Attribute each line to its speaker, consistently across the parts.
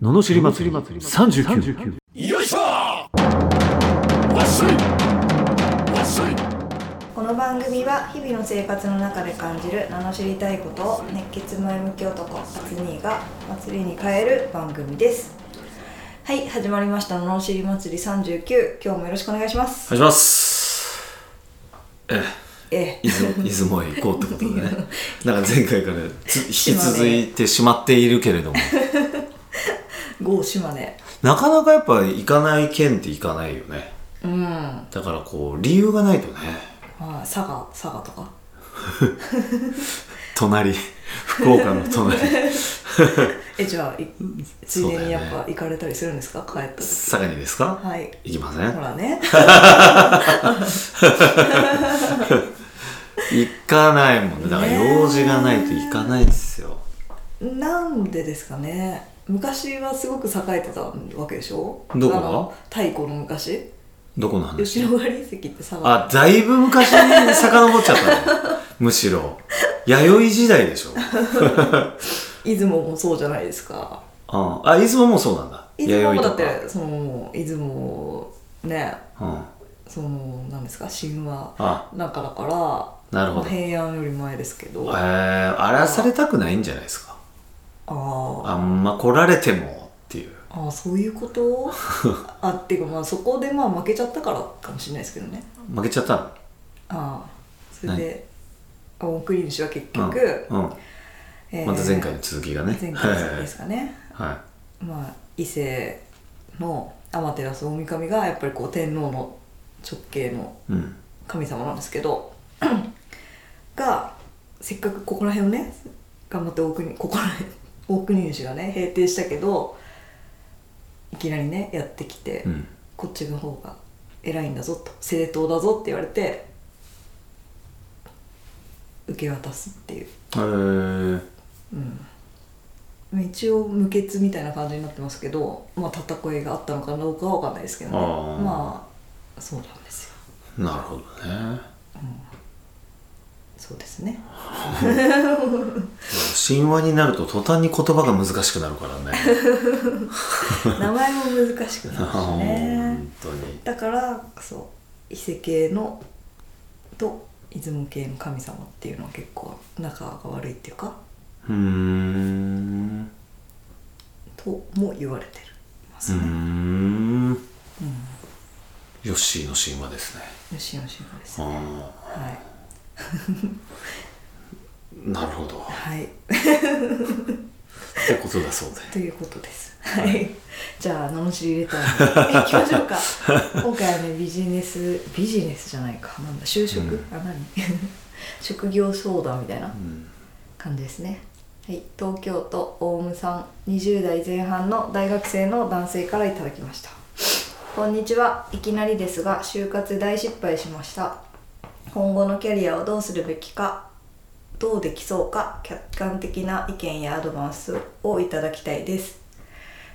Speaker 1: ののしり祭り39
Speaker 2: よいしょわっしょいわっしょい
Speaker 3: この番組は日々の生活の中で感じる名の知りたいことを熱血前向き男アツニーが祭りに変える番組ですはい始まりました「のの知り祭り39」今日もよろしくお願いします、
Speaker 4: お願いしますええ
Speaker 3: え
Speaker 4: 出雲出雲へ行こうってことでねなんか前回からつ引き続いてしまっているけれども
Speaker 3: え郷島根
Speaker 4: なかなかやっぱ行かない県って行かないよね
Speaker 3: うんま
Speaker 4: だからこう理由がないとね
Speaker 3: あ佐賀佐賀とか
Speaker 4: 隣 福岡の隣
Speaker 3: えじゃあいつい
Speaker 4: そうだ
Speaker 3: で
Speaker 4: よ
Speaker 3: に
Speaker 4: ね
Speaker 3: やっぱ行かれたりするんですか帰った時
Speaker 4: 佐賀にですか、
Speaker 3: はい
Speaker 4: 行きま
Speaker 3: ほ
Speaker 4: せ
Speaker 3: らね
Speaker 4: ん行かないもんねだから
Speaker 3: ねえ
Speaker 4: 用事がないと行かないですよ
Speaker 3: なんでですかね昔はすごく栄えてたわけでしょ
Speaker 4: どこが
Speaker 3: あの太古の昔
Speaker 4: どこの話
Speaker 3: 吉野ヶ里遺跡って佐賀
Speaker 4: あだいぶ昔に遡っちゃったねむしろ弥生時代でしょ
Speaker 3: 出雲もそうじゃないですか
Speaker 4: ああ出雲もそうなんだ
Speaker 3: 出雲もだっ
Speaker 4: 弥生
Speaker 3: てその出雲ね
Speaker 4: とかうん
Speaker 3: そのなんですか神話
Speaker 4: あ
Speaker 3: なんかだから
Speaker 4: なるほど
Speaker 3: まあ平安より前ですけ
Speaker 4: え
Speaker 3: どあ
Speaker 4: ー、荒らされたくないんじゃないですか
Speaker 3: あ
Speaker 4: あんま来られてもっていう
Speaker 3: ああそういうこと あっていうかまあそこでまあ負けちゃったからかもしれないですけどね
Speaker 4: 負けちゃったの
Speaker 3: ああそれで大国主は結局、
Speaker 4: うんうん
Speaker 3: えー
Speaker 4: また前回の続きがね
Speaker 3: 前
Speaker 4: はい
Speaker 3: 回ですかね、
Speaker 4: はいはい
Speaker 3: まあ伊勢の天照大神がやっぱりこう天皇の直系の
Speaker 4: うん
Speaker 3: 神様なんですけど がせっかくここら辺をね頑張って大国ここら辺 大国主がね平定したけどいきなりねやってきて、
Speaker 4: うん
Speaker 3: こっちの方が偉いんだぞと正当だぞって言われて受け渡すっていう
Speaker 4: えー、
Speaker 3: まあ一応無血みたいな感じになってますけどまあ戦いがあったのかどうかは分かんないですけどね
Speaker 4: あー
Speaker 3: まあそうなんですよ
Speaker 4: なるほどね
Speaker 3: そうですね
Speaker 4: 神話になると途端に言葉が難しくなるからね
Speaker 3: 名前も難しくなるしね
Speaker 4: 本当に
Speaker 3: だからそう伊勢系のと出雲系の神様っていうのは結構仲が悪いっていうか
Speaker 4: うーん
Speaker 3: とも言われてるます
Speaker 4: うー
Speaker 3: ね、
Speaker 4: んヨッシーの神話ですね
Speaker 3: よしよしよしですね
Speaker 4: あ
Speaker 3: はい
Speaker 4: あなるほど
Speaker 3: はい、
Speaker 4: ってことだそうで
Speaker 3: ということです。はい、 じゃあ、ののしりレターに行きましょ うか。今回はね、ビジネス、ビジネスじゃないか、なんだ、就職、
Speaker 4: うん
Speaker 3: あ、何 職業相談みたいな
Speaker 4: うん
Speaker 3: 感じですね。はい、東京都オウムさん、20代前半の大学生の男性からいただきました。こんにちは。いきなりですが、就活大失敗しました。今後のキャリアをどうするべきか、どうできそうか、客観的な意見やアドバイスをいただきたいです。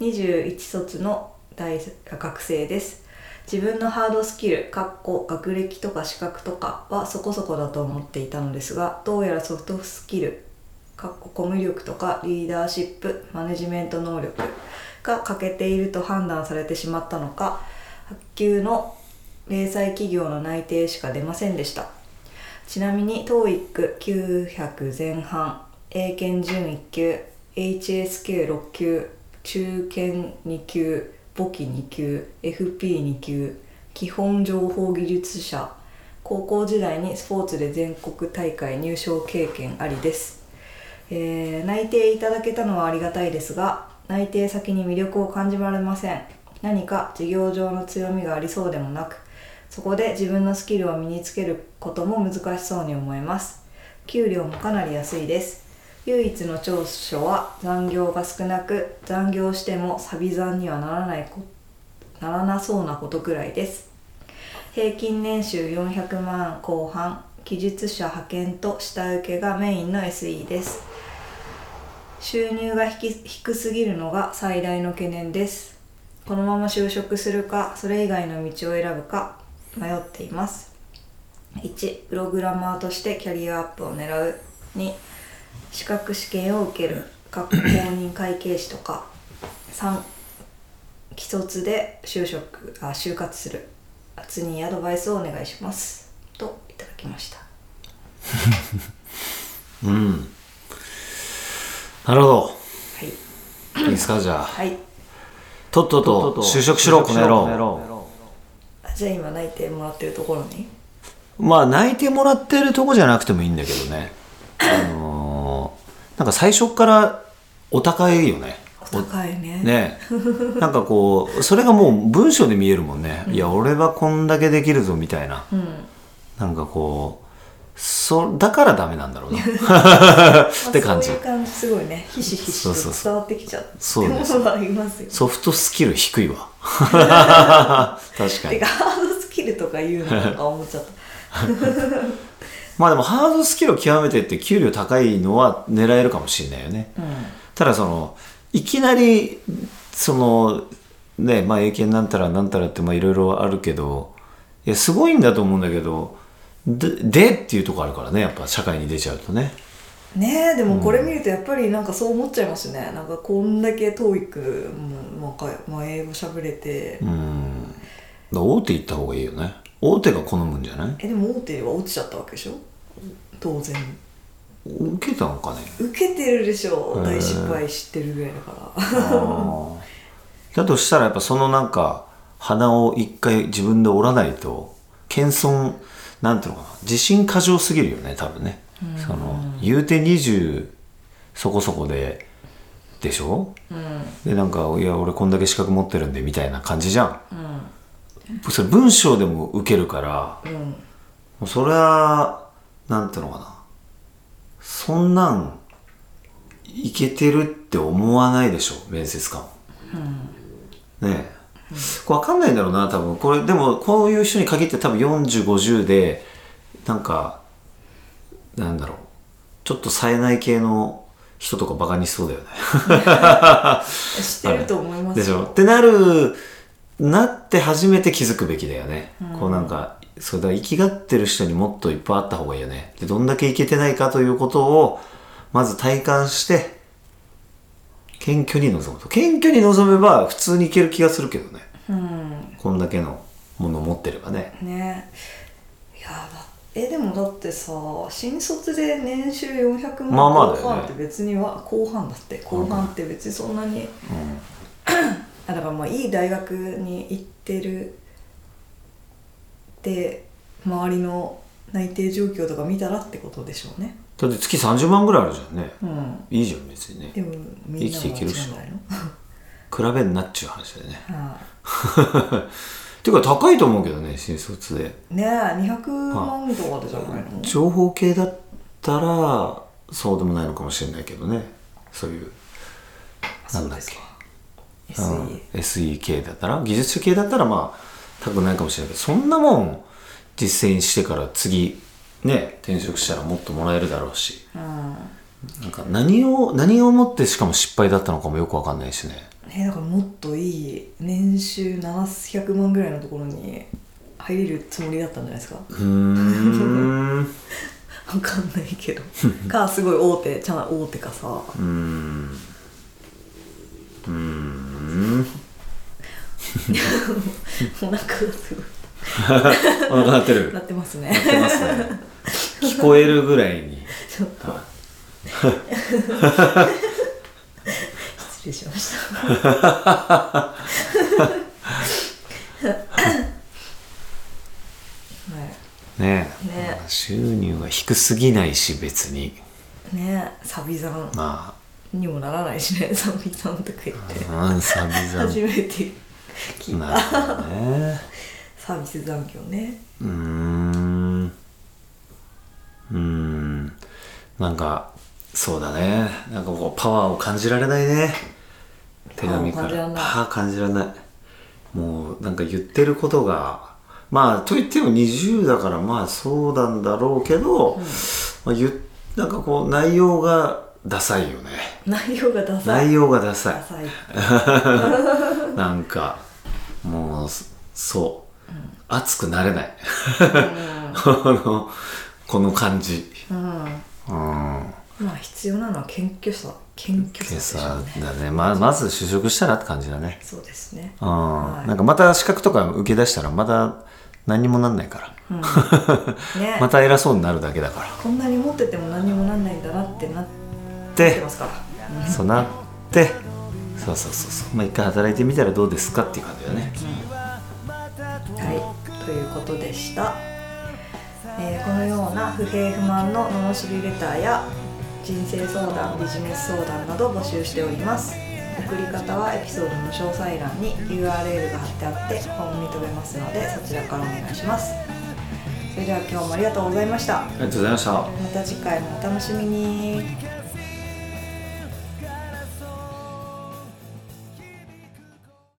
Speaker 3: 21卒の大学生です。自分のハードスキル、かっこ学歴とか資格とかはそこそこだと思っていたのですが、どうやらソフトスキル、かっこコミュ力とかリーダーシップ、マネジメント能力が欠けていると判断されてしまったのか、発給の零細企業の内定しか出ませんでした。ちなみに TOEIC900 前半英検準1級 HSK6 級中堅2級簿記2級 FP2 級基本情報技術者高校時代にスポーツで全国大会入賞経験ありです、えー内定いただけたのはありがたいですが内定先に魅力を感じられません何か事業上の強みがありそうでもなくそこで自分のスキルを身につけることも難しそうに思います給料もかなり安いです唯一の長所は残業が少なく残業してもサビ残にはならないこならなそうなことくらいです平均年収400万後半技術者派遣と下請けがメインの SE です収入が低低すぎるのが最大の懸念ですこのまま就職するかそれ以外の道を選ぶか迷っています1プログラマーとしてキャリアアップを狙う2資格試験を受ける学校人会計士とか3既卒で就職あ就活する厚にアドバイスをお願いしますといただきました
Speaker 4: うんなるほ
Speaker 3: はい
Speaker 4: どいいですかじゃあ
Speaker 3: はい
Speaker 4: とっとと就職しろこの野郎
Speaker 3: あじゃあ今泣いてもらってるところに
Speaker 4: まあ泣いてもらってるとこじゃなくてもいいんだけどねあのーなんか最初っからお高いよね
Speaker 3: お高いね
Speaker 4: ねなんかこうそれがもう文章で見えるもんね、いや俺はこんだけできるぞみたいな、
Speaker 3: うん
Speaker 4: なんかこうそだからダメなんだ ろうなって感じ
Speaker 3: まあそういう感じすごいねひしひし
Speaker 4: そうそう
Speaker 3: と
Speaker 4: そう
Speaker 3: 伝わってきちゃう
Speaker 4: そうです
Speaker 3: ってものはありますよ
Speaker 4: ソフトスキル低い わ確か
Speaker 3: て
Speaker 4: に
Speaker 3: かハードスキルとか言うのとか思っちゃった
Speaker 4: まあでもハードスキルを極めてって給料高いのは狙えるかもしれないよね、ただそのいきなりそのねまあ英検なんたらなんたらってまあいろいろあるけどいやすごいんだと思うんだけどででっていうとこあるからねやっぱ社会に出ちゃうとね
Speaker 3: ねえでもこれ見るとやっぱりなんかそう思っちゃいますねなんかこんだけ TOEIC もなんか、まあ、英語しゃべれて、
Speaker 4: うんだから大手行った方がいいよね大手が好むんじゃない
Speaker 3: えでも大手は落ちちゃったわけでしょ当然
Speaker 4: 受けたのかね
Speaker 3: 受けてるでしょ
Speaker 4: うん
Speaker 3: 大失敗してるぐらいだ
Speaker 4: あ
Speaker 3: から
Speaker 4: ーだとしたらやっぱそのなんか鼻を一回自分で折らないと謙遜なんていうのかな自信過剰すぎるよね多分ねその言うて20そこそこででしょ
Speaker 3: うん
Speaker 4: でなんか「いや俺こんだけ資格持ってるんで」みたいな感じじゃん
Speaker 3: うん
Speaker 4: それ文章でも受けるから
Speaker 3: うん
Speaker 4: もうそれはなんていうのかなそんなんいけてるって思わないでしょ面接官、ねえ、これ分かんないんだろうな多分これでもこういう人に限って多分4050でなんかなんだろうちょっと冴えない系の人とかバカにしそうだよね
Speaker 3: 知ってると思います
Speaker 4: でし
Speaker 3: よ
Speaker 4: ょってなるなって初めて気づくべきだよね、こうなんかそうだから生きがってる人にもっといっぱいあった方がいいよねでどんだけいけてないかということをまず体感して謙虚に臨むと謙虚に臨めば普通にいける気がするけどね
Speaker 3: うん
Speaker 4: こんだけのものを持ってればね
Speaker 3: ねいやだえでもだってさ新卒で年収400万
Speaker 4: まあまあだよ
Speaker 3: 後
Speaker 4: ね
Speaker 3: 半って別には後半だって後半って別にそんなに、 あだからまあいい大学に行ってるで周りの内定状況とか見たらってことでしょうね
Speaker 4: だって月30万ぐらいあるじゃんね
Speaker 3: うん
Speaker 4: いいじゃん別にね
Speaker 3: でもみん
Speaker 4: 生
Speaker 3: な
Speaker 4: きていけるっしょ
Speaker 3: は違うんじゃないの
Speaker 4: 比べんなっちゅう話だよね
Speaker 3: あ
Speaker 4: ていうか高いと思うけどね新卒で
Speaker 3: あねえ200万とかでじゃないの
Speaker 4: 情報系だったらそうでもないのかもしれないけどねそういう
Speaker 3: そうですか SE、
Speaker 4: うん SE 系だったら技術者系だったらまあ高くないかもしれないけどそんなもん実践してから次ね転職したらもっともらえるだろうし
Speaker 3: うん
Speaker 4: なんか何を何をもってしかも失敗だったのかもよくわかんないしね
Speaker 3: えだからもっといい年収700万ぐらいのところに入れるつもりだったんじゃないですか
Speaker 4: うーんう
Speaker 3: 分かんないけ どかすごい大手ちゃん大手かさ
Speaker 4: ーんうー ん
Speaker 3: もうなんかすごい
Speaker 4: お腹鳴ってる
Speaker 3: な
Speaker 4: 鳴
Speaker 3: ってますね
Speaker 4: ってますね聞こえるぐらいに
Speaker 3: ちょっと
Speaker 4: はい
Speaker 3: 失礼しました はい
Speaker 4: ねえ
Speaker 3: ね
Speaker 4: 収入が低すぎないし別に
Speaker 3: ねえサビ算
Speaker 4: ま
Speaker 3: にもならないしねサビ算とか言って
Speaker 4: あうんサビ残
Speaker 3: 初めて聞い
Speaker 4: なる
Speaker 3: た
Speaker 4: ほどね
Speaker 3: サービス残業ね
Speaker 4: うーんうーんなんかそうだねなんかこうパワーを感じられないね手紙から
Speaker 3: パワーを感じられない
Speaker 4: パワー感じられないもうなんか言ってることがまあといっても20だからまあそうなんだろうけど、まあ、ゆなんかこう内容がダサいよね
Speaker 3: 内容がダサい
Speaker 4: 内容がダサい
Speaker 3: ダサい
Speaker 4: なんかもうそそう、熱くなれない あのこの感じ
Speaker 3: う
Speaker 4: うん
Speaker 3: んまあ必要なのは謙虚さ謙虚さ
Speaker 4: で
Speaker 3: でしょ
Speaker 4: さ
Speaker 3: うね
Speaker 4: だねままず就職したらって感じだね
Speaker 3: そうですね
Speaker 4: うん、
Speaker 3: はい
Speaker 4: なんかまた資格とか受け出したらまた何にもなんないから
Speaker 3: ね
Speaker 4: また偉そうになるだけだか
Speaker 3: こんなに持ってても何にもなんないんだなってなっ
Speaker 4: らってて
Speaker 3: ますから
Speaker 4: そうなってそうそうそうそうまあ一回働いてみたらどうですかっていう感じだね
Speaker 3: はい、ということでした、えーこのような不平不満の罵りレターや人生相談ビジネス相談など募集しております送り方はエピソードの詳細欄に URL が貼ってあってホームに飛べますのでそちらからお願いしますそれでは今日もありがとうございました
Speaker 4: ありがとうございました
Speaker 3: また次回もお楽しみに